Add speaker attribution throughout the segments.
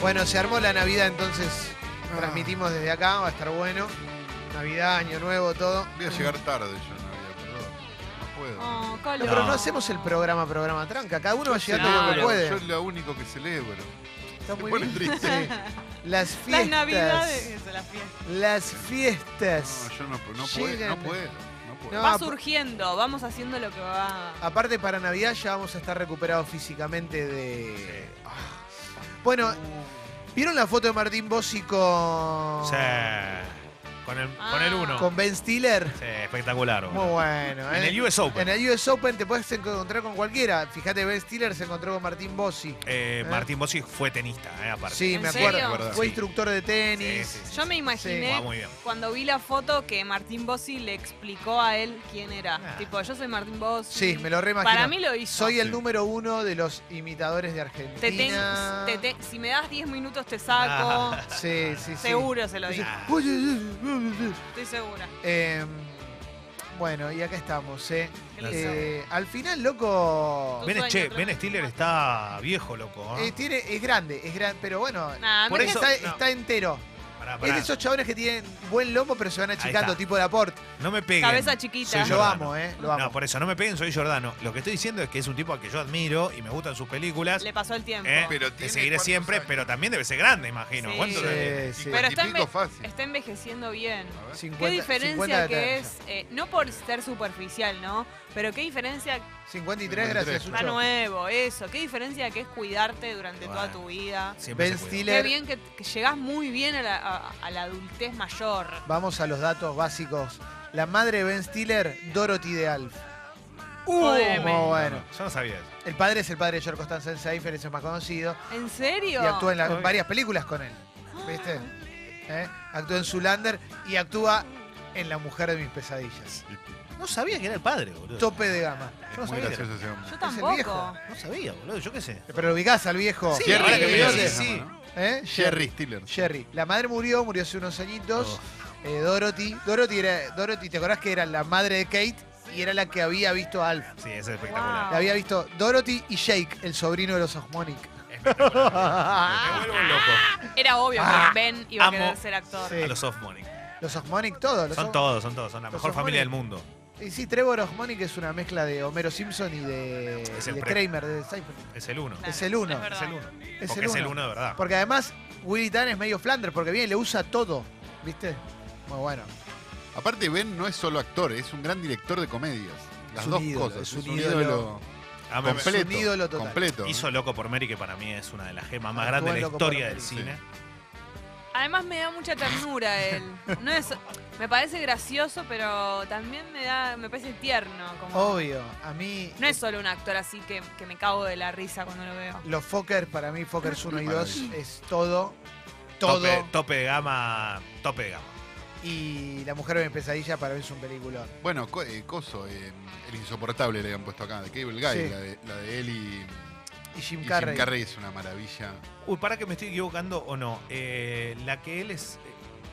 Speaker 1: Bueno, se armó la Navidad, entonces
Speaker 2: Ah.
Speaker 1: transmitimos desde acá, va a estar bueno. Navidad, Año Nuevo, todo.
Speaker 2: Voy a llegar tarde yo, Navidad, perdón. No puedo.
Speaker 3: Oh,
Speaker 1: No,
Speaker 3: Colo.
Speaker 1: pero no hacemos el programa, programa tranca. Cada uno va llegando
Speaker 3: Claro.
Speaker 1: como puede.
Speaker 2: Yo es lo único que celebro.
Speaker 1: Está
Speaker 2: Se
Speaker 1: muy
Speaker 2: pone
Speaker 1: bien.
Speaker 2: triste.
Speaker 1: Sí. Las fiestas.
Speaker 3: Las navidades. Eso, las fiestas.
Speaker 1: Las fiestas.
Speaker 2: No, yo no, no puedo,
Speaker 1: Llegan.
Speaker 2: no puedo. No puedo.
Speaker 1: No, ah,
Speaker 3: va
Speaker 1: ap-
Speaker 3: surgiendo, vamos haciendo lo que va.
Speaker 1: Aparte para Navidad ya vamos a estar recuperados físicamente de. Ah. Bueno, ¿vieron la foto de Martín Bossi con.
Speaker 4: Sí. Con el, con el uno.
Speaker 1: con Ben Stiller?
Speaker 4: Sí, espectacular. boludo.
Speaker 1: Ah. Muy bueno.
Speaker 4: En
Speaker 1: ¿eh?
Speaker 4: el US Open.
Speaker 1: En el US Open te puedes encontrar con cualquiera. Fíjate, Ben Stiller se encontró con Martín Bossi.
Speaker 4: Eh,
Speaker 1: ¿Eh?
Speaker 4: Martín Bossi fue tenista, eh, aparte.
Speaker 1: Sí,
Speaker 3: ¿En
Speaker 1: me
Speaker 3: serio?
Speaker 1: acuerdo.
Speaker 2: Verdad.
Speaker 1: Fue
Speaker 4: Sí.
Speaker 1: instructor de tenis.
Speaker 4: Sí, sí, sí.
Speaker 3: Yo me imaginé
Speaker 4: Va muy bien.
Speaker 3: cuando vi la foto que Martín Bossi le explicó a él quién era.
Speaker 4: Ah.
Speaker 3: Tipo, yo soy Martín Bossi.
Speaker 1: Sí, me lo reimagino.
Speaker 3: Para mí lo hizo.
Speaker 1: Soy el
Speaker 2: Sí.
Speaker 1: número uno de los imitadores de
Speaker 3: Te ten-
Speaker 1: Argentina.
Speaker 3: te te- si me das 10 minutos te saco.
Speaker 4: Ah.
Speaker 1: Sí, sí, sí.
Speaker 3: Seguro se lo
Speaker 1: Dice,
Speaker 3: digo.
Speaker 4: Ah.
Speaker 1: "Oye, eh, eh, eh".
Speaker 3: Estoy segura.
Speaker 1: Eh, bueno, y acá estamos, ¿eh?
Speaker 3: ¿Qué le hizo?
Speaker 1: Eh, al final, loco.
Speaker 3: Ve-
Speaker 4: Ben,
Speaker 3: sueño,
Speaker 4: che,
Speaker 3: otra
Speaker 4: Ben
Speaker 3: vez.
Speaker 4: Stiller está viejo, loco. ¿eh?
Speaker 1: eh, tiene, es grande, es grande, pero bueno.
Speaker 3: Nah,
Speaker 4: Por
Speaker 3: me-
Speaker 4: eso-
Speaker 1: está,
Speaker 4: no. Ah,
Speaker 1: está entero.
Speaker 4: Pará,
Speaker 1: Es
Speaker 4: pará.
Speaker 1: de esos chabones que tienen buen lomo, pero se van achicando,
Speaker 4: está.
Speaker 1: tipo de aporte.
Speaker 4: No me peguen.
Speaker 3: Cabeza chiquita.
Speaker 4: Soy
Speaker 3: Yo
Speaker 1: Lo
Speaker 4: Giordano.
Speaker 1: amo, ¿eh? Lo amo.
Speaker 4: No, por eso no me peguen, soy Jordano. Lo que estoy diciendo es que es un tipo al que yo admiro y me gustan sus películas.
Speaker 3: le pasó el tiempo.
Speaker 4: ¿eh?
Speaker 2: Pero
Speaker 4: Te
Speaker 2: tiene
Speaker 4: seguiré
Speaker 2: cuántos
Speaker 4: siempre,
Speaker 2: años.
Speaker 4: pero también debe ser grande, imagino.
Speaker 3: Sí.
Speaker 4: ¿Cuánto
Speaker 1: Sí,
Speaker 4: debe-
Speaker 1: sí.
Speaker 2: Sí,
Speaker 3: Pero
Speaker 2: y
Speaker 3: está,
Speaker 2: pico
Speaker 3: enve-
Speaker 2: fácil.
Speaker 3: está envejeciendo bien.
Speaker 2: A ver.
Speaker 1: 50
Speaker 3: Qué diferencia
Speaker 1: 50 de
Speaker 3: que
Speaker 1: tener
Speaker 3: es, eh, no por ser superficial, ¿no? Pero qué diferencia,
Speaker 1: ya. 53, gracias,
Speaker 2: 53.
Speaker 1: Sucho.
Speaker 3: está nuevo, eso, qué diferencia que es cuidarte durante
Speaker 4: Bueno.
Speaker 3: toda tu vida.
Speaker 4: Siempre
Speaker 1: Ben
Speaker 4: se cuida.
Speaker 3: Qué
Speaker 1: Stiller.
Speaker 3: bien que, que llegás muy bien a la, a- a la adultez mayor.
Speaker 1: Vamos a los datos básicos. La madre de Ben Stiller, Dorothy de Alf.
Speaker 4: Uh,
Speaker 3: Jodeme.
Speaker 1: Muy
Speaker 4: No,
Speaker 1: bueno.
Speaker 4: no, yo no sabía eso.
Speaker 1: El padre es el padre de George Costanza en Seifer, ese es más conocido.
Speaker 3: ¿En serio?
Speaker 1: Y actúa en, la- en
Speaker 4: Obvio.
Speaker 1: varias películas con él. ¿Viste? ¿Eh? Actúa en Zulander y actúa en La mujer de mis pesadillas.
Speaker 4: No sabía que era el padre, boludo.
Speaker 1: Tope de gama.
Speaker 4: Yo
Speaker 2: Es
Speaker 4: no
Speaker 2: muy
Speaker 4: sabía.
Speaker 2: gracioso ese hombre.
Speaker 3: Yo
Speaker 1: viejo.
Speaker 3: tampoco.
Speaker 4: No sabía, boludo. Yo qué sé.
Speaker 1: Pero lo ubicás al viejo.
Speaker 4: Sí,
Speaker 2: Jerry
Speaker 3: ahora que
Speaker 2: Stiller
Speaker 4: sí,
Speaker 2: se
Speaker 4: sí.
Speaker 2: llama, ¿no?
Speaker 1: ¿Eh?
Speaker 2: Jerry Stiller.
Speaker 1: Jerry. La madre murió, murió hace unos añitos.
Speaker 2: Oh.
Speaker 1: Eh, Dorothy. Dorothy, era, Dorothy, ¿te acordás que era la madre de Kate? Y era la que había visto a Alf.
Speaker 4: Sí, es espectacular.
Speaker 3: Wow.
Speaker 1: La había visto Dorothy y Jake, el sobrino de los Osmonic.
Speaker 4: Me vuelvo loco.
Speaker 3: Era obvio
Speaker 4: Ah,
Speaker 3: que Ben iba a
Speaker 4: amo.
Speaker 3: querer ser actor.
Speaker 1: Sí.
Speaker 4: A los soft money.
Speaker 1: Los Osmonic, todos. Los
Speaker 4: Son
Speaker 1: Os-
Speaker 4: todos, son todos. Son la
Speaker 1: los
Speaker 4: mejor
Speaker 1: soft
Speaker 4: familia del
Speaker 1: money.
Speaker 4: mundo.
Speaker 1: Y sí, Trevor Osmonic es una mezcla de Homero Simpson y de,
Speaker 4: Es
Speaker 1: y
Speaker 4: el
Speaker 1: de
Speaker 4: pre-
Speaker 1: Kramer, de Seinfeld.
Speaker 4: Es el uno.
Speaker 3: Claro,
Speaker 1: es el uno.
Speaker 3: es verdad.
Speaker 4: Es el uno.
Speaker 1: Es
Speaker 4: Porque
Speaker 1: el
Speaker 4: es el
Speaker 1: uno.
Speaker 4: uno de verdad.
Speaker 1: Porque además, Willy Tan es medio Flanders, porque viene y le usa todo, ¿viste? Muy bueno.
Speaker 2: Aparte, Ben no es solo actor, es un gran director de comedias. Las
Speaker 1: Es un
Speaker 2: dos
Speaker 1: ídolo,
Speaker 2: cosas.
Speaker 1: es un ídolo.
Speaker 4: Ah, me- me-
Speaker 2: completo.
Speaker 1: un ídolo total.
Speaker 2: Completo. ¿eh?
Speaker 4: Hizo Loco por Mary, que para mí es una de las gemas más
Speaker 1: Actúa
Speaker 4: grandes de la
Speaker 1: Loco por
Speaker 4: historia del
Speaker 1: Mary, sí.
Speaker 4: cine.
Speaker 3: Además me da mucha ternura él. No es, me parece gracioso, pero también me da, me parece tierno. Como,
Speaker 1: Obvio, a mí,
Speaker 3: No es solo un actor así que, que me cago de la risa cuando lo veo.
Speaker 1: los Fokker, para mí, Fokkers 1 y 2
Speaker 2: Maravilla.
Speaker 1: es todo. Todo.
Speaker 4: Tope, tope de gama. Tope de gama.
Speaker 1: Y La Mujer de mi Pesadilla para mí es un peliculón.
Speaker 2: Bueno, co- eh, Coso, eh, el insoportable le habían puesto acá, de Cable Guy,
Speaker 1: Sí.
Speaker 2: la, de, la de él y,
Speaker 1: Y
Speaker 2: y
Speaker 1: Jim
Speaker 2: Jim
Speaker 1: Carrey.
Speaker 2: Carrey es una maravilla.
Speaker 4: Uy, para que me estoy equivocando o no. Eh, la que él es.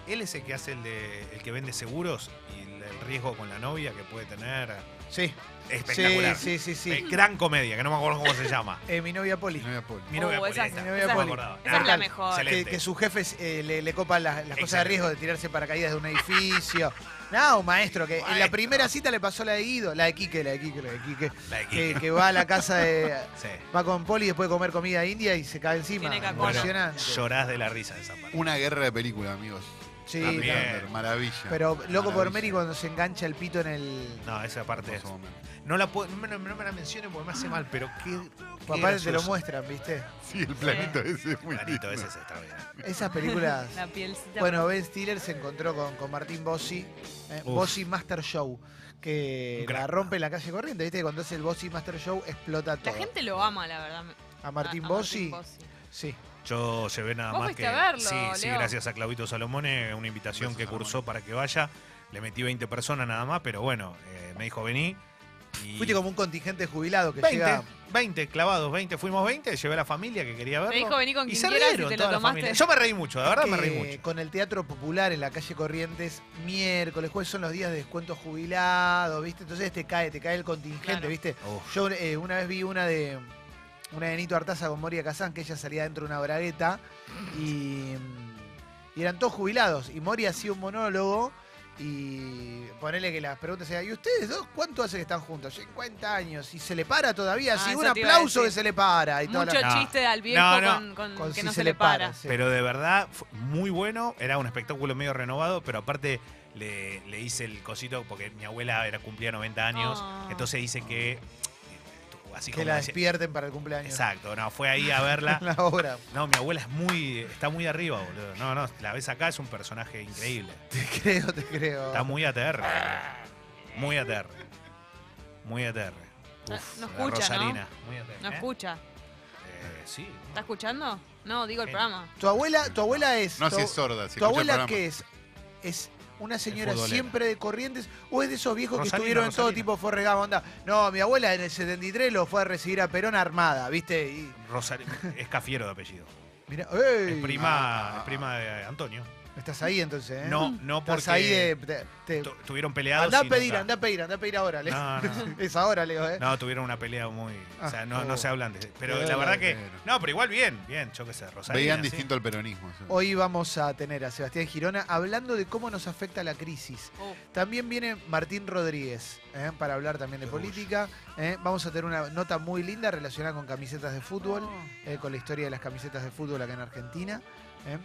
Speaker 4: eh, Él es el que hace el de. el que vende seguros y el, el riesgo con la novia que puede tener.
Speaker 1: Sí,
Speaker 4: Espectacular.
Speaker 1: sí, sí, sí.
Speaker 4: Eh,
Speaker 1: sí.
Speaker 4: gran comedia, que no me acuerdo cómo se llama.
Speaker 1: Eh, mi novia Poli.
Speaker 2: Y no era Paul.
Speaker 4: Mi novia
Speaker 3: Oh, esa
Speaker 4: Poli,
Speaker 3: es-
Speaker 4: esa.
Speaker 1: Mi novia
Speaker 4: No me
Speaker 1: Poli.
Speaker 4: acordaba.
Speaker 3: Esa es
Speaker 4: Nah,
Speaker 3: la mejor.
Speaker 1: que,
Speaker 4: excelente.
Speaker 1: que sus jefes eh, le, le copan las, las cosas de
Speaker 4: Excelente.
Speaker 1: riesgo de tirarse paracaídas de un edificio. No, un maestro, que en la
Speaker 4: Maestro.
Speaker 1: primera cita le pasó la de Guido, la de Quique, la de Quique, la de Quique,
Speaker 4: La de
Speaker 1: que,
Speaker 4: Quique.
Speaker 1: que va a la casa de...
Speaker 4: Sí.
Speaker 1: Va con Poli después de comer comida india y se cae encima.
Speaker 3: Tiene cacona.
Speaker 1: Impresionante.
Speaker 4: Llorás de la risa en esa parte.
Speaker 2: Una guerra de película, amigos.
Speaker 1: Sí,
Speaker 2: Adam
Speaker 4: también.
Speaker 2: Sandler, maravilla.
Speaker 1: pero loco por
Speaker 2: Maravilla.
Speaker 1: Mary cuando se engancha el pito en el...
Speaker 4: No, esa parte es.
Speaker 2: Hermoso momento.
Speaker 4: No, la puedo- no, me, no me la mencionen porque me hace mal, pero qué. qué
Speaker 1: Papá te lo
Speaker 4: gracioso.
Speaker 1: muestran, ¿viste?
Speaker 2: Sí, el planeta ese es muy
Speaker 4: Clarito,
Speaker 2: lindo.
Speaker 4: ese es extraordinario.
Speaker 1: Esas películas...
Speaker 3: La pielcita.
Speaker 1: Bueno, Ben Stiller se encontró con, con Martín Bossi, eh,
Speaker 4: Uf.
Speaker 1: Bossi Master Show, que
Speaker 4: Un
Speaker 1: la
Speaker 4: crack.
Speaker 1: rompe en la calle corriente, ¿viste? Cuando hace el Bossi Master Show explota todo.
Speaker 3: la gente lo ama, la verdad.
Speaker 1: a Martín
Speaker 3: A- a
Speaker 1: Bossi,
Speaker 3: Bossi.
Speaker 1: sí.
Speaker 4: Yo llevé nada
Speaker 3: Vos
Speaker 4: más
Speaker 3: fuiste
Speaker 4: que.
Speaker 3: a verlo,
Speaker 4: sí, sí,
Speaker 3: Leo.
Speaker 4: gracias a Claudito Salomone, una invitación
Speaker 2: Gracias,
Speaker 4: que
Speaker 2: Salomone.
Speaker 4: cursó para que vaya. Le metí 20 personas nada más, pero bueno, eh, me dijo vení. y-
Speaker 1: Fuiste como un contingente jubilado que
Speaker 4: 20,
Speaker 1: llega.
Speaker 4: 20 clavados, 20. Fuimos 20, llevé a la familia que quería verlo.
Speaker 3: Me dijo, vení con
Speaker 4: y
Speaker 3: quien
Speaker 4: se
Speaker 3: quieras y
Speaker 4: rieron
Speaker 3: te lo
Speaker 4: toda la
Speaker 3: tomaste.
Speaker 4: familia. Yo me reí mucho, la verdad Ah, me reí
Speaker 1: que
Speaker 4: mucho.
Speaker 1: Con el Teatro Popular en la calle Corrientes, miércoles, jueves son los días de descuento jubilado, ¿viste? Entonces te cae, te cae el contingente,
Speaker 3: Claro.
Speaker 1: ¿viste?
Speaker 4: Uf,
Speaker 1: Yo eh, una vez vi una de una de Nito Artaza con Moria Kazán, que ella salía dentro de una bragueta y, y eran todos jubilados. Y Moria hacía un monólogo y ponele que las preguntas eran, ¿y ustedes dos cuánto hace que están juntos? 50 años. Y se le para todavía,
Speaker 3: Ah,
Speaker 1: así,
Speaker 3: eso
Speaker 1: un
Speaker 3: te iba a
Speaker 1: aplauso que
Speaker 3: decir.
Speaker 1: se le para. Y toda
Speaker 3: Mucho
Speaker 1: la-
Speaker 4: No.
Speaker 3: chiste al viejo
Speaker 4: No, no.
Speaker 3: con, con
Speaker 1: con
Speaker 3: que
Speaker 1: si
Speaker 3: no
Speaker 1: se le para.
Speaker 3: para.
Speaker 1: sí.
Speaker 4: Pero de verdad, fu- muy bueno. Era un espectáculo medio renovado, pero aparte le, le hice el cosito porque mi abuela era, cumplía 90 años.
Speaker 3: Ah.
Speaker 4: Entonces dice que. eh, Así
Speaker 1: que
Speaker 4: como
Speaker 1: la
Speaker 4: decía-
Speaker 1: despierten para el cumpleaños.
Speaker 4: Exacto, no, fue ahí a verla.
Speaker 1: La obra.
Speaker 4: No, mi abuela es muy, está muy arriba, boludo. No, no, la ves acá, es un personaje increíble.
Speaker 1: Te creo, te creo.
Speaker 4: Está muy ATR. Muy ATR. Muy ATR.
Speaker 3: No-
Speaker 4: Uf,
Speaker 3: no
Speaker 4: la
Speaker 3: escucha,
Speaker 4: Rosalina. Muy ATR.
Speaker 3: No
Speaker 4: ¿eh?
Speaker 3: escucha.
Speaker 4: Eh, sí.
Speaker 3: ¿Está escuchando? No, digo el
Speaker 4: Sí.
Speaker 3: programa.
Speaker 1: Tu abuela, tu abuela es.
Speaker 2: No,
Speaker 1: tu-
Speaker 2: si es sorda, si
Speaker 1: ¿Tu abuela
Speaker 2: que
Speaker 1: qué es? ¿Es una señora
Speaker 4: futbolera.
Speaker 1: siempre de Corrientes o es de esos viejos que
Speaker 4: Rosalina,
Speaker 1: estuvieron en todo
Speaker 4: Rosalina.
Speaker 1: tipo Forrest Gump? Onda, no, mi abuela en el 73 lo fue a recibir a Perón armada, ¿viste? Y
Speaker 4: Rosalina. Es Cafiero de apellido.
Speaker 1: mirá,
Speaker 4: Es
Speaker 1: ¡ey!
Speaker 4: prima,
Speaker 2: Ah.
Speaker 4: es prima de Antonio.
Speaker 1: Estás ahí entonces, ¿eh?
Speaker 4: No, no porque
Speaker 1: Estás ahí de... de- te-
Speaker 4: tu- tuvieron peleados.
Speaker 1: Andá a
Speaker 4: y
Speaker 1: pedir,
Speaker 4: nunca-
Speaker 1: andá a pedir, andá a pedir ahora, Leo.
Speaker 4: No, no.
Speaker 1: Es ahora, Leo, ¿eh?
Speaker 4: No, tuvieron una pelea muy. O sea, no,
Speaker 1: Ah,
Speaker 4: no
Speaker 1: oh.
Speaker 4: se hablan de. Pero
Speaker 1: Qué
Speaker 4: la verdad que.
Speaker 2: bueno.
Speaker 4: No, pero igual bien, bien, yo qué sé, Rosalina.
Speaker 2: Veían
Speaker 4: sí.
Speaker 2: distinto al peronismo. sí.
Speaker 1: Hoy vamos a tener a Sebastián Girona hablando de cómo nos afecta la crisis.
Speaker 3: Oh.
Speaker 1: También viene Martín Rodríguez ¿eh? para hablar también de
Speaker 4: Qué orgullo.
Speaker 1: política. ¿eh? Vamos a tener una nota muy linda relacionada con camisetas de fútbol,
Speaker 3: Oh.
Speaker 1: eh, con la historia de las camisetas de fútbol acá en Argentina. ¿eh?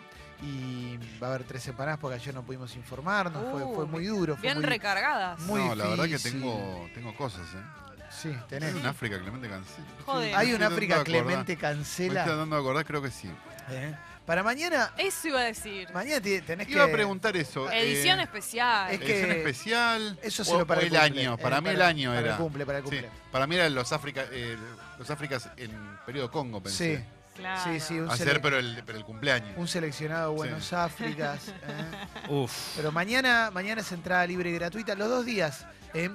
Speaker 1: Y va a haber tres empanadas porque ayer no pudimos informarnos, fue,
Speaker 3: Uh,
Speaker 1: fue muy duro. Fue
Speaker 3: Bien
Speaker 1: muy,
Speaker 3: recargadas.
Speaker 1: muy
Speaker 2: no, la verdad que
Speaker 1: difícil.
Speaker 2: tengo, tengo cosas, ¿eh?
Speaker 1: Sí, tenés.
Speaker 2: Hay un África Clemente Cancela.
Speaker 3: Joder.
Speaker 1: Hay un
Speaker 2: Me estoy
Speaker 1: África
Speaker 2: tratando de acordar.
Speaker 1: Clemente
Speaker 2: Me estoy
Speaker 1: cancela.
Speaker 2: tratando de acordar, creo que sí.
Speaker 1: ¿eh? Para mañana,
Speaker 3: Eso iba a decir.
Speaker 1: mañana te- tenés que...
Speaker 2: Iba a preguntar eso. eh,
Speaker 3: Edición especial.
Speaker 1: es que-
Speaker 2: edición especial.
Speaker 1: Eso
Speaker 2: o-
Speaker 1: se lo para
Speaker 2: o
Speaker 1: el,
Speaker 2: el
Speaker 1: cumple,
Speaker 2: año.
Speaker 1: eh,
Speaker 2: Para mí el año
Speaker 1: para
Speaker 2: era.
Speaker 1: el cumple, para el
Speaker 2: Sí,
Speaker 1: cumple.
Speaker 2: para mí eran los África, eh, los Áfricas en periodo Congo,
Speaker 1: Sí,
Speaker 2: pensé.
Speaker 1: sí,
Speaker 3: Claro.
Speaker 1: sí, un,
Speaker 2: Hacer,
Speaker 1: sele-
Speaker 2: pero el, pero el cumpleaños.
Speaker 1: un seleccionado de Buenos Áfricas. ¿eh?
Speaker 4: Uf.
Speaker 1: Pero mañana, mañana es entrada libre y gratuita, los dos días, ¿eh?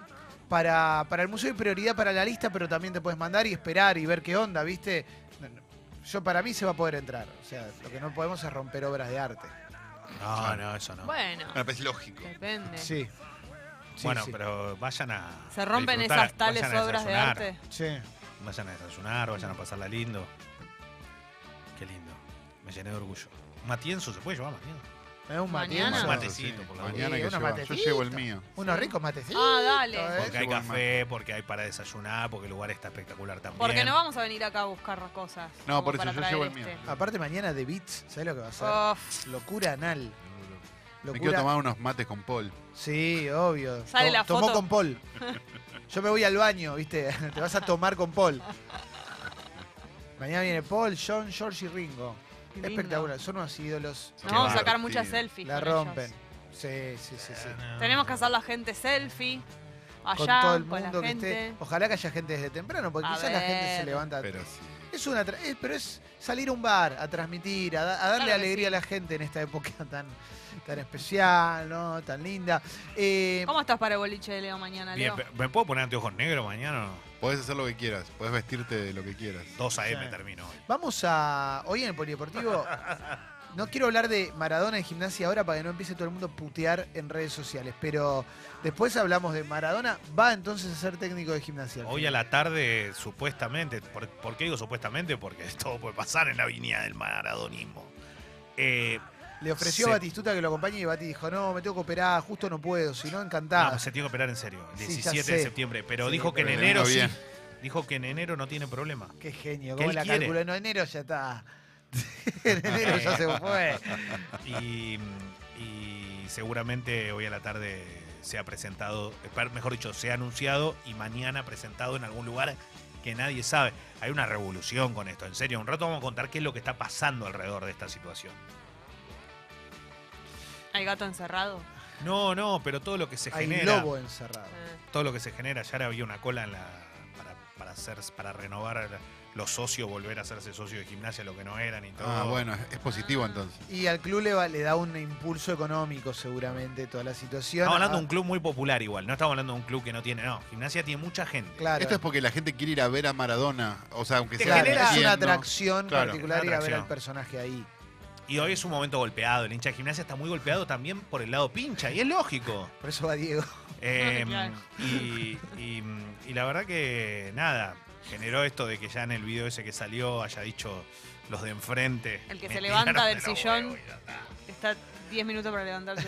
Speaker 1: para, para el museo y prioridad para la lista, pero también te puedes mandar y esperar y ver qué onda, ¿viste? No, no. Yo para mí se va a poder entrar. O sea, lo que no podemos es romper obras de arte.
Speaker 4: No, no, eso no. Bueno,
Speaker 3: Bueno,
Speaker 2: Bueno, pues es lógico.
Speaker 3: depende.
Speaker 1: Sí. Sí, sí.
Speaker 4: pero vayan a.
Speaker 3: Se rompen
Speaker 4: a disfrutar,
Speaker 3: esas tales
Speaker 4: vayan a
Speaker 3: obras de
Speaker 4: desayunar,
Speaker 3: arte.
Speaker 1: Sí.
Speaker 4: Vayan a desayunar, vayan a pasarla lindo. Qué lindo. Me llené de orgullo. Matienzo, ¿se puede llevar matienzo?
Speaker 1: Es un
Speaker 3: Mañana.
Speaker 1: matienzo.
Speaker 4: Un matecito, por la
Speaker 2: Mañana
Speaker 1: Sí,
Speaker 2: que
Speaker 1: unos
Speaker 2: lleva. Yo
Speaker 1: matecitos.
Speaker 2: llevo el mío.
Speaker 1: Unos ricos matecitos.
Speaker 3: Ah, dale.
Speaker 1: ¿eh?
Speaker 4: Porque hay
Speaker 2: Igual más.
Speaker 4: café, porque hay para desayunar, porque el lugar está espectacular
Speaker 1: eh.
Speaker 4: también.
Speaker 3: Porque no vamos a venir acá a buscar cosas.
Speaker 2: No,
Speaker 3: como
Speaker 2: por eso
Speaker 3: para
Speaker 2: yo
Speaker 3: traer
Speaker 2: llevo el mío.
Speaker 3: este.
Speaker 1: Aparte mañana de Beats, ¿sabes lo que va a ser?
Speaker 3: Uf,
Speaker 1: Locura anal.
Speaker 2: Me
Speaker 1: Locura...
Speaker 2: quiero tomar unos mates con Paul.
Speaker 1: Sí, obvio.
Speaker 3: Sale
Speaker 1: To-
Speaker 3: la
Speaker 1: Tomó
Speaker 3: foto.
Speaker 1: con Paul. Yo me voy al baño, ¿viste? Te vas a tomar con Paul. Mañana viene Paul, John, George y Ringo.
Speaker 3: qué lindo.
Speaker 1: Espectacular, son unos ídolos.
Speaker 3: Nos vamos a
Speaker 4: bárbaro,
Speaker 3: sacar muchas
Speaker 2: tío.
Speaker 3: selfies.
Speaker 1: La
Speaker 3: con ellos.
Speaker 1: rompen. Sí, sí, sí, sí.
Speaker 3: Tenemos que hacer la gente selfie. Allá,
Speaker 1: Con todo el
Speaker 3: con
Speaker 1: mundo que
Speaker 3: la gente.
Speaker 1: esté. Ojalá que haya gente desde temprano, porque
Speaker 3: A
Speaker 1: quizás la gente se
Speaker 3: ver.
Speaker 1: levanta.
Speaker 2: Pero sí.
Speaker 1: Es una tra- es- pero es salir a un bar, a transmitir, a, da- a darle
Speaker 3: Claro que
Speaker 1: alegría
Speaker 3: sí.
Speaker 1: a la gente en esta época tan, tan especial, ¿no? Tan linda. Eh,
Speaker 3: ¿Cómo estás para el boliche de Leo mañana,
Speaker 4: Bien,
Speaker 3: Leo?
Speaker 4: pe- ¿me puedo poner anteojos negros mañana o no?
Speaker 2: Podés hacer lo que quieras, podés vestirte de lo que quieras.
Speaker 4: 2 AM
Speaker 1: Sí.
Speaker 4: termino hoy.
Speaker 1: Vamos a. Hoy en el Polideportivo. No quiero hablar de Maradona en gimnasia ahora para que no empiece todo el mundo a putear en redes sociales, pero después hablamos de Maradona. Va entonces a ser técnico de gimnasia. al
Speaker 4: Hoy a
Speaker 1: final.
Speaker 4: la tarde, supuestamente, ¿por, por qué digo supuestamente? Porque todo puede pasar en la viña del maradonismo. Eh,
Speaker 1: Le ofreció
Speaker 4: se-
Speaker 1: a Batistuta que lo acompañe y Bati dijo: No, me tengo que operar, justo no puedo, si no,
Speaker 4: no,
Speaker 1: encantado.
Speaker 4: pues se tiene que operar en serio, el
Speaker 1: Ah. Sí, ya
Speaker 4: 17
Speaker 1: sé.
Speaker 4: de septiembre. Pero
Speaker 1: Sí,
Speaker 4: dijo que en
Speaker 1: pero-
Speaker 4: enero
Speaker 2: Bueno,
Speaker 4: sí.
Speaker 2: bien.
Speaker 4: Dijo que en enero no tiene problema.
Speaker 1: Qué genio,
Speaker 4: que
Speaker 1: ¿cómo
Speaker 4: él
Speaker 1: la
Speaker 4: quiere.
Speaker 1: calculó? No, enero ya está. en enero ya se fue.
Speaker 4: Y, y seguramente hoy a la tarde se ha presentado, eh, per- mejor dicho, se ha anunciado y mañana presentado en algún lugar que nadie sabe. Hay una revolución con esto, en serio. Un rato vamos a contar qué es lo que está pasando alrededor de esta situación.
Speaker 3: ¿Hay gato encerrado?
Speaker 4: No, no, pero todo lo que se
Speaker 1: Hay
Speaker 4: genera,
Speaker 1: lobo encerrado.
Speaker 3: Eh,
Speaker 4: todo lo que se genera, ya había una cola en la, para, para hacer, para renovar los socios, volver a hacerse socios de gimnasia, lo que no eran y todo.
Speaker 2: Ah, bueno, es es positivo
Speaker 3: Ah.
Speaker 2: entonces.
Speaker 1: Y al club le, va- le da un impulso económico, seguramente, toda la situación.
Speaker 4: Estamos hablando
Speaker 1: Ah,
Speaker 4: de un club muy popular igual, no estamos hablando de un club que no tiene, no, gimnasia tiene mucha gente.
Speaker 1: Claro.
Speaker 2: Esto es porque la gente quiere ir a ver a Maradona. O sea, aunque
Speaker 4: Te
Speaker 2: sea.
Speaker 1: Claro,
Speaker 4: genera
Speaker 1: es una
Speaker 2: yendo.
Speaker 1: atracción
Speaker 2: Claro,
Speaker 1: particular
Speaker 4: una
Speaker 1: ir a ver
Speaker 4: atracción.
Speaker 1: al personaje ahí.
Speaker 4: Y hoy es un momento golpeado. El hincha de gimnasia está muy golpeado también por el lado pincha, y es lógico.
Speaker 1: Por eso va Diego.
Speaker 4: Eh,
Speaker 3: Claro.
Speaker 4: y, y- y la verdad que nada, generó esto de que ya en el video ese que salió haya dicho los de enfrente.
Speaker 3: El que
Speaker 4: "Me
Speaker 3: se levanta
Speaker 4: tiraron
Speaker 3: del
Speaker 4: de los
Speaker 3: sillón".
Speaker 4: huevos", y ya está.
Speaker 3: Está 10 minutos para levantarse.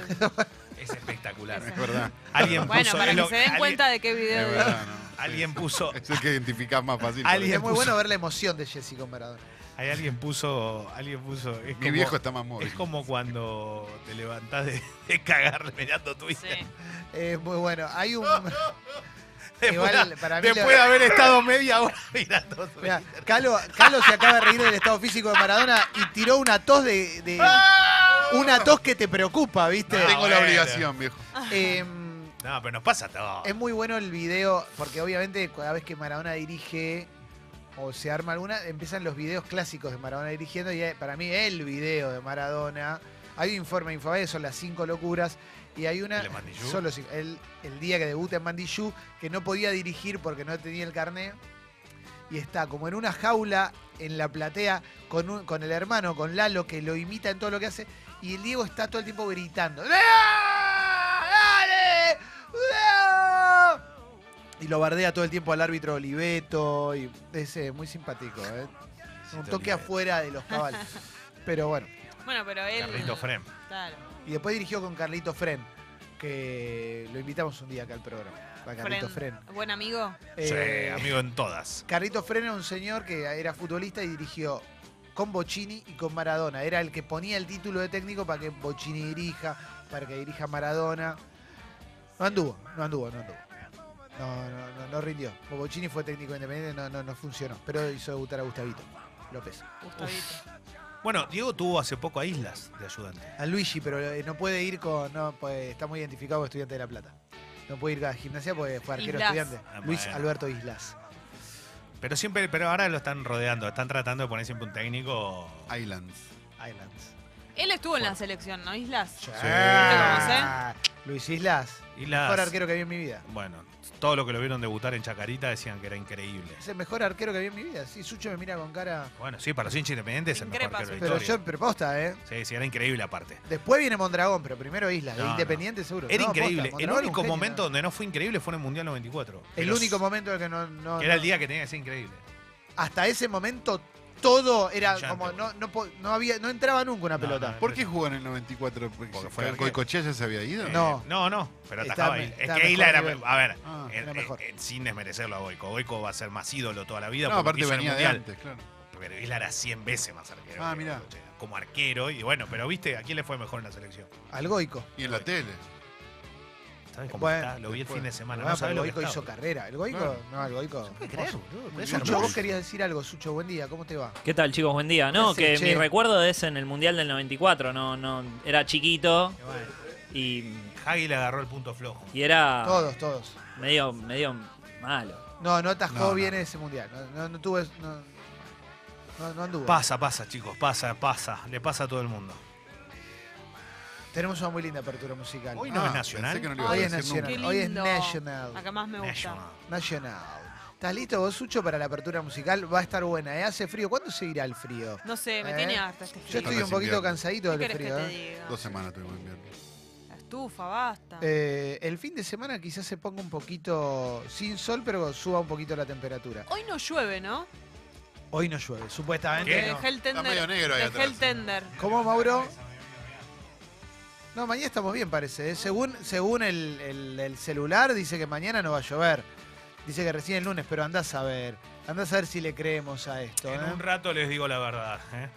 Speaker 4: Es espectacular.
Speaker 3: Ese.
Speaker 2: Es verdad.
Speaker 4: Alguien puso.
Speaker 3: bueno, para
Speaker 4: es
Speaker 3: que
Speaker 4: lo-
Speaker 3: se den
Speaker 4: alguien-
Speaker 3: cuenta de qué video
Speaker 2: Es
Speaker 3: es.
Speaker 2: verdad, ¿no?
Speaker 4: Alguien
Speaker 2: Sí.
Speaker 4: puso.
Speaker 2: Es el que identificás más fácil.
Speaker 4: Alguien-
Speaker 1: Es muy
Speaker 4: puso-
Speaker 1: bueno ver la emoción de Jesse con Maradona.
Speaker 4: Ahí alguien puso. Alguien puso. Es
Speaker 2: Mi
Speaker 4: como-
Speaker 2: viejo está más móvil.
Speaker 4: Es como cuando te levantás de, de cagar mirando
Speaker 3: Sí.
Speaker 4: Twitter.
Speaker 1: Es muy bueno. Hay un.
Speaker 4: Después,
Speaker 1: Igual, para mí
Speaker 4: después
Speaker 1: lo-
Speaker 4: de haber estado media hora mirando Twitter.
Speaker 1: Mirá, Calo, Calo se acaba de reír del estado físico de Maradona y tiró una tos de. de-
Speaker 4: ¡Ah!
Speaker 1: una tos que te preocupa, ¿viste?
Speaker 4: No,
Speaker 2: Tengo la
Speaker 4: Ah, bueno.
Speaker 2: obligación, viejo.
Speaker 4: Ah.
Speaker 1: Em,
Speaker 4: No, pero nos pasa todo.
Speaker 1: Es muy bueno el video, porque obviamente cada vez que Maradona dirige o se arma alguna, empiezan los videos clásicos de Maradona dirigiendo y eh, para mí el video de Maradona. Hay un informe Infobae, son las cinco locuras y hay una
Speaker 4: ¿El de Mandiyú?
Speaker 1: solo cinco. el, el día que debuta en Mandiyú que no podía dirigir porque no tenía el carné y está como en una jaula en la platea con, un- con el hermano, con Lalo que lo imita en todo lo que hace y el Diego está todo el tiempo gritando. ¡Ah! ¡Dale! ¡Ah! Y lo bardea todo el tiempo al árbitro Oliveto. Y es eh, muy simpático, ¿eh? Un toque afuera de los caballos. Pero bueno.
Speaker 3: Bueno, pero él.
Speaker 4: Carlito Frem.
Speaker 3: Claro.
Speaker 1: Y después dirigió con Carlito Fren, que lo invitamos un día acá al programa. A Carlito Fren.
Speaker 3: Fren, Buen amigo.
Speaker 1: Eh,
Speaker 4: Sí, amigo en todas.
Speaker 1: Carlito Fren era un señor que era futbolista y dirigió con Bocini y con Maradona. Era el que ponía el título de técnico para que Bocini dirija, para que dirija Maradona. No anduvo, no anduvo, no anduvo. No, no, no, no rindió. Bocini fue técnico independiente, no, no, no funcionó. Pero hizo debutar a Gustavito López.
Speaker 3: Gustavito.
Speaker 4: Bueno, Diego tuvo hace poco a Islas de ayudante.
Speaker 1: A Luigi, pero eh, no puede ir con. No, puede- está muy identificado como estudiante de La Plata. No puede ir a gimnasia porque fue arquero
Speaker 3: Islas.
Speaker 1: estudiante.
Speaker 4: Ah,
Speaker 1: Luis
Speaker 4: bueno.
Speaker 1: Alberto Islas.
Speaker 4: Pero siempre, pero ahora lo están rodeando, están tratando de poner siempre un técnico.
Speaker 2: Islands.
Speaker 1: Islands.
Speaker 3: Él estuvo en la selección, ¿no? Islas.
Speaker 1: Ah, Luis Islas.
Speaker 4: Islas.
Speaker 1: Mejor arquero que vi en mi vida.
Speaker 4: Bueno, todo lo que lo vieron debutar en Chacarita decían que era increíble.
Speaker 1: Es el mejor arquero que vi en mi vida. Sí, Sucho me mira con cara.
Speaker 4: Bueno, sí, para los hinchas independientes es el mejor
Speaker 3: Increpa,
Speaker 4: arquero de la
Speaker 1: Pero
Speaker 4: historia.
Speaker 1: yo, pero posta, ¿eh?
Speaker 4: Sí, sí, era increíble aparte.
Speaker 1: Después viene Mondragón, pero primero Islas. de
Speaker 4: No, no.
Speaker 1: Independiente seguro.
Speaker 4: Era
Speaker 1: No, posta,
Speaker 4: increíble. el
Speaker 1: Mondragón
Speaker 4: único
Speaker 1: un genio,
Speaker 4: momento
Speaker 1: ¿no?
Speaker 4: donde no fue increíble fue en el Mundial 94. que
Speaker 1: El
Speaker 4: los-
Speaker 1: único momento en el que no. no-
Speaker 4: que era el día que tenía que ser increíble.
Speaker 1: Hasta ese momento todo era
Speaker 4: Brillante,
Speaker 1: como. No,
Speaker 4: boludo.
Speaker 1: no, po- no había, no entraba nunca una
Speaker 4: No,
Speaker 1: pelota.
Speaker 4: no,
Speaker 2: ¿Por qué jugó en el 94? Porque,
Speaker 4: Porque
Speaker 2: se-
Speaker 4: fue arquero.
Speaker 2: Goicoechea ya se había ido.
Speaker 4: Eh,
Speaker 1: No.
Speaker 4: No, no, pero
Speaker 1: Está
Speaker 4: atajaba
Speaker 1: me-
Speaker 4: Isla.
Speaker 1: está
Speaker 4: Es que Isla
Speaker 1: mejor
Speaker 4: era.
Speaker 1: nivel.
Speaker 4: A ver,
Speaker 2: Ah,
Speaker 4: eh,
Speaker 1: era
Speaker 4: eh,
Speaker 1: mejor.
Speaker 4: eh, sin desmerecerlo a Goico. Goico va a ser más ídolo toda la vida.
Speaker 2: No,
Speaker 4: porque
Speaker 2: aparte
Speaker 4: hizo el
Speaker 2: venía de
Speaker 4: Mundial.
Speaker 2: antes, claro.
Speaker 4: Pero Isla era 100 veces más arquero.
Speaker 2: Ah,
Speaker 4: que
Speaker 2: mirá.
Speaker 4: Goicoechea, Como arquero, y bueno, pero viste, ¿a quién le fue mejor en la selección?
Speaker 1: Al Goico.
Speaker 2: Y en la tele.
Speaker 4: ¿Sabes cómo
Speaker 1: Bueno,
Speaker 4: está? Lo vi el
Speaker 2: después.
Speaker 4: fin de
Speaker 1: Bueno,
Speaker 4: semana. No
Speaker 1: pero
Speaker 4: sabés
Speaker 1: el
Speaker 4: lo que
Speaker 1: Goico
Speaker 4: está,
Speaker 1: hizo
Speaker 4: boludo.
Speaker 1: carrera. El Goico.
Speaker 2: Claro.
Speaker 1: No, el Goico.
Speaker 4: ¿Puede creer, boludo?
Speaker 2: Muy
Speaker 4: Es
Speaker 2: bien,
Speaker 1: Sucho,
Speaker 4: hermoso.
Speaker 1: vos querías decir algo, Sucho, buen día, ¿cómo te va?
Speaker 5: ¿Qué tal chicos? Buen día.
Speaker 1: ¿Qué
Speaker 5: No,
Speaker 1: hace,
Speaker 5: que
Speaker 1: che?
Speaker 5: mi recuerdo es en el Mundial del 94, no, no, era chiquito y,
Speaker 4: Hagi le agarró el punto flojo.
Speaker 5: y
Speaker 4: Ah.
Speaker 5: era
Speaker 1: Todos, todos.
Speaker 5: medio, medio malo.
Speaker 1: No, no atajó
Speaker 2: No, no,
Speaker 1: bien
Speaker 2: no.
Speaker 1: ese mundial. No, no, no tuve. No, no, no anduvo.
Speaker 4: Pasa, pasa, chicos, pasa, pasa. Le pasa a todo el mundo.
Speaker 1: Tenemos una muy linda apertura musical.
Speaker 4: Hoy no es nacional.
Speaker 2: Ah, pensé que no lo iba a
Speaker 1: Hoy es
Speaker 2: decir nunca.
Speaker 1: nacional.
Speaker 3: Qué
Speaker 1: Hoy es
Speaker 3: lindo.
Speaker 1: national.
Speaker 3: Acá más me gusta.
Speaker 4: National.
Speaker 1: National. Ah, ¿Estás listo vos, Sucho, para la apertura musical? Va a estar buena, ¿eh? Hace frío. ¿Cuándo se irá el frío?
Speaker 3: No sé, me
Speaker 1: Eh,
Speaker 3: tiene harta este
Speaker 1: Yo
Speaker 3: frío.
Speaker 1: estoy
Speaker 2: Están
Speaker 1: un poquito
Speaker 2: desinviando.
Speaker 1: cansadito
Speaker 3: ¿Qué
Speaker 1: del
Speaker 3: querés que
Speaker 1: frío,
Speaker 3: te
Speaker 1: ¿eh?
Speaker 3: diga?
Speaker 2: Dos semanas tuvimos invierno.
Speaker 3: La estufa, basta.
Speaker 1: Eh, El fin de semana quizás se ponga un poquito sin sol, pero suba un poquito la temperatura.
Speaker 3: Hoy no llueve, ¿no?
Speaker 1: Hoy no llueve, supuestamente.
Speaker 4: ¿Qué?
Speaker 3: Dejé
Speaker 4: No.
Speaker 3: el
Speaker 2: Está medio
Speaker 3: tender.
Speaker 2: negro ahí
Speaker 3: Dejé el
Speaker 2: atrás.
Speaker 3: tender.
Speaker 1: ¿Cómo, Mauro? No, mañana estamos bien, parece. ¿eh? Según, según el, el- el celular, dice que mañana no va a llover. Dice que recién el lunes, pero andás a ver. Andás a ver si le creemos a esto.
Speaker 4: En
Speaker 1: ¿eh?
Speaker 4: un rato les digo la verdad. ¿eh?